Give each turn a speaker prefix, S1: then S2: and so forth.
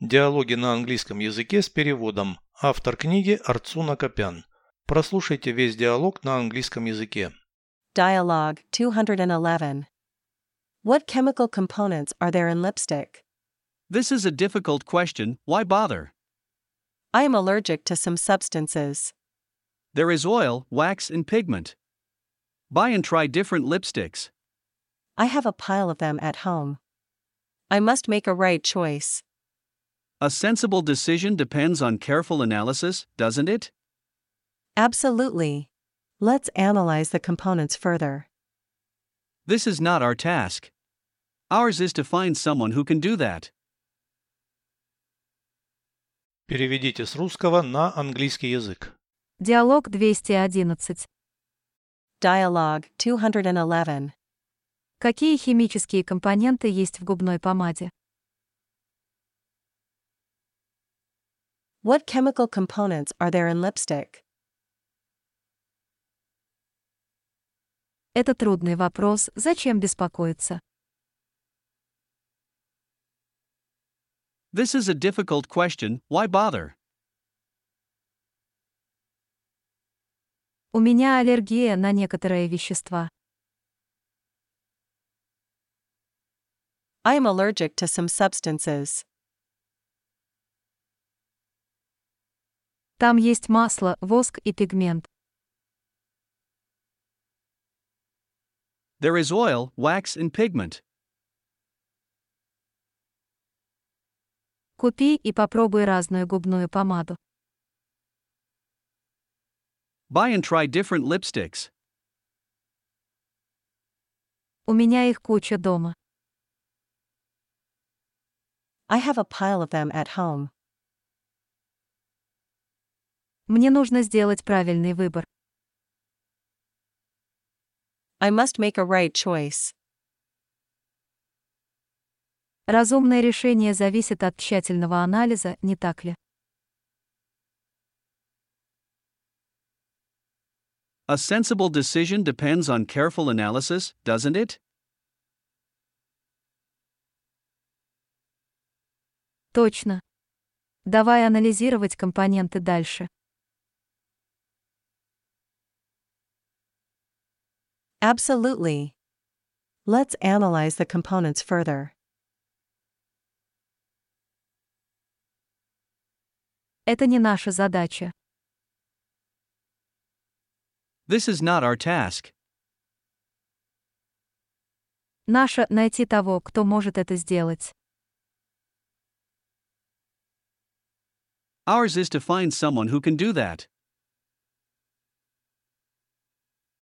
S1: Диалоги на английском языке с переводом. Автор книги Арцуна Копян. Прослушайте весь диалог на английском языке.
S2: Dialogue 211. What chemical components are there in lipstick?
S3: This is a difficult question, why bother?
S2: I am allergic to some substances.
S3: There is oil, wax, and pigment. Buy and try different lipsticks.
S2: I have a pile of them at home. I must make a right choice.
S3: A sensible decision depends on careful analysis, doesn't it?
S2: Absolutely. Let's analyze the components further.
S3: This is not our task. Ours is to find someone who can do that.
S1: Переведите с русского на английский язык.
S4: Диалог 211.
S2: Dialogue 211.
S4: Какие химические компоненты есть в губной помаде?
S2: What chemical components are there in lipstick?
S4: Это трудный вопрос, зачем беспокоиться?
S3: This is a difficult question, why bother?
S4: У меня аллергия на некоторые вещества.
S2: I am allergic to some substances.
S4: Там есть масло, воск и пигмент.
S3: There is oil, wax, and pigment.
S4: Купи и попробуй разную губную помаду.
S3: Buy and try different lipsticks.
S4: У меня их куча дома.
S2: I have a pile of them at home.
S4: Мне нужно сделать правильный выбор.
S2: I must make a right choice.
S4: Разумное решение зависит от тщательного анализа, не так ли?
S3: A sensible decision depends on careful analysis, doesn't it?
S4: Точно. Давай анализировать компоненты дальше.
S2: Absolutely. Let's analyze the components further.
S4: Это не наша задача.
S3: This is not our task.
S4: Наша — найти того, кто может это сделать.
S3: Ours is to find someone who can do that.